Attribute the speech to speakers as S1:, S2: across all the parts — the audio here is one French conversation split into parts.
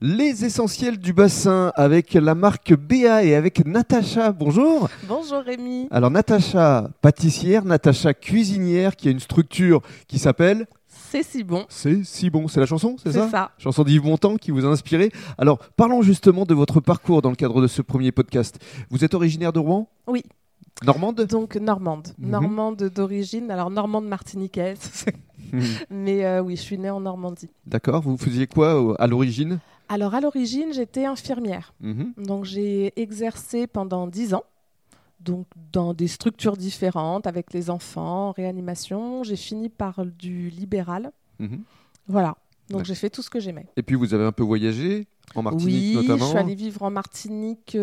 S1: Les essentiels du bassin avec la marque BA et avec Natacha. Bonjour.
S2: Bonjour Rémi.
S1: Alors Natacha, pâtissière, Natacha, cuisinière, qui a une structure qui s'appelle
S2: C'est si bon.
S1: C'est si bon. C'est la chanson, c'est ça
S2: C'est ça.
S1: Chanson d'Yves Montand qui vous a inspiré. Alors parlons justement de votre parcours dans le cadre de ce premier podcast. Vous êtes originaire de Rouen
S2: Oui.
S1: Normande
S2: Donc normande,
S1: Mhm.
S2: normande d'origine, alors normande martiniquaise,
S1: Hmm,
S2: mais euh, oui, je suis née en Normandie.
S1: D'accord. Vous faisiez quoi au- à l'origine
S2: Alors à l'origine, j'étais infirmière,
S1: Mhm.
S2: donc j'ai exercé pendant 10 ans, donc dans des structures différentes, avec les enfants, en réanimation. J'ai fini par du libéral,
S1: Mhm.
S2: voilà.
S1: D'accord.
S2: Donc j'ai fait tout ce que j'aimais.
S1: Et puis vous avez un peu voyagé en Martinique
S2: oui,
S1: notamment.
S2: je suis allée vivre en Martinique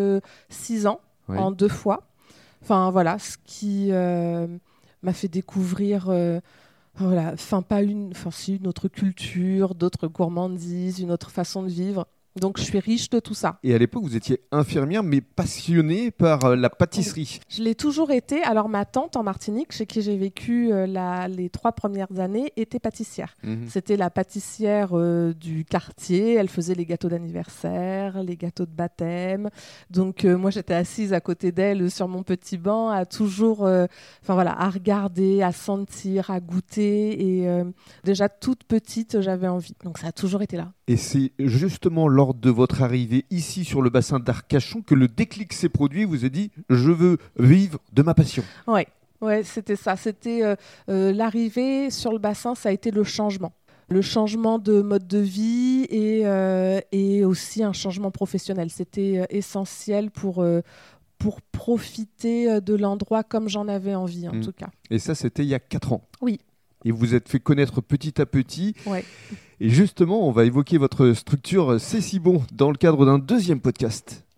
S2: 6 ans,
S1: Oui.
S2: en deux fois. Enfin voilà, ce qui euh, m'a fait découvrir, euh, voilà, enfin pas une, enfin si une autre culture, d'autres gourmandises, une autre façon de vivre. Donc je suis riche de tout ça.
S1: Et à l'époque, vous étiez infirmière, mais passionnée par euh, la pâtisserie.
S2: Je l'ai toujours été. Alors ma tante en Martinique, chez qui j'ai vécu euh, la- les trois premières années, était pâtissière.
S1: Mhm.
S2: C'était la pâtissière euh, du quartier. Elle faisait les gâteaux d'anniversaire, les gâteaux de baptême. Donc euh, moi j'étais assise à côté d'elle euh, sur mon petit banc à toujours, euh, enfin voilà, à regarder, à sentir, à goûter. Et euh, déjà toute petite j'avais envie. Donc ça a toujours été là.
S1: Et c'est justement lors de votre arrivée ici sur le bassin d'Arcachon que le déclic s'est produit. Vous avez dit Je veux vivre de ma passion.
S2: Ouais, ouais, c'était ça. C'était euh, euh, l'arrivée sur le bassin, ça a été le changement. Le changement de mode de vie et, euh, et aussi un changement professionnel. C'était euh, essentiel pour, euh, pour profiter euh, de l'endroit comme j'en avais envie, en
S1: Mm.
S2: tout cas.
S1: Et ça, c'était il y a 4 ans.
S2: Oui.
S1: Et vous vous êtes fait connaître petit à petit.
S2: Ouais.
S1: Et justement, on va évoquer votre structure euh, C'est si bon dans le cadre d'un deuxième podcast.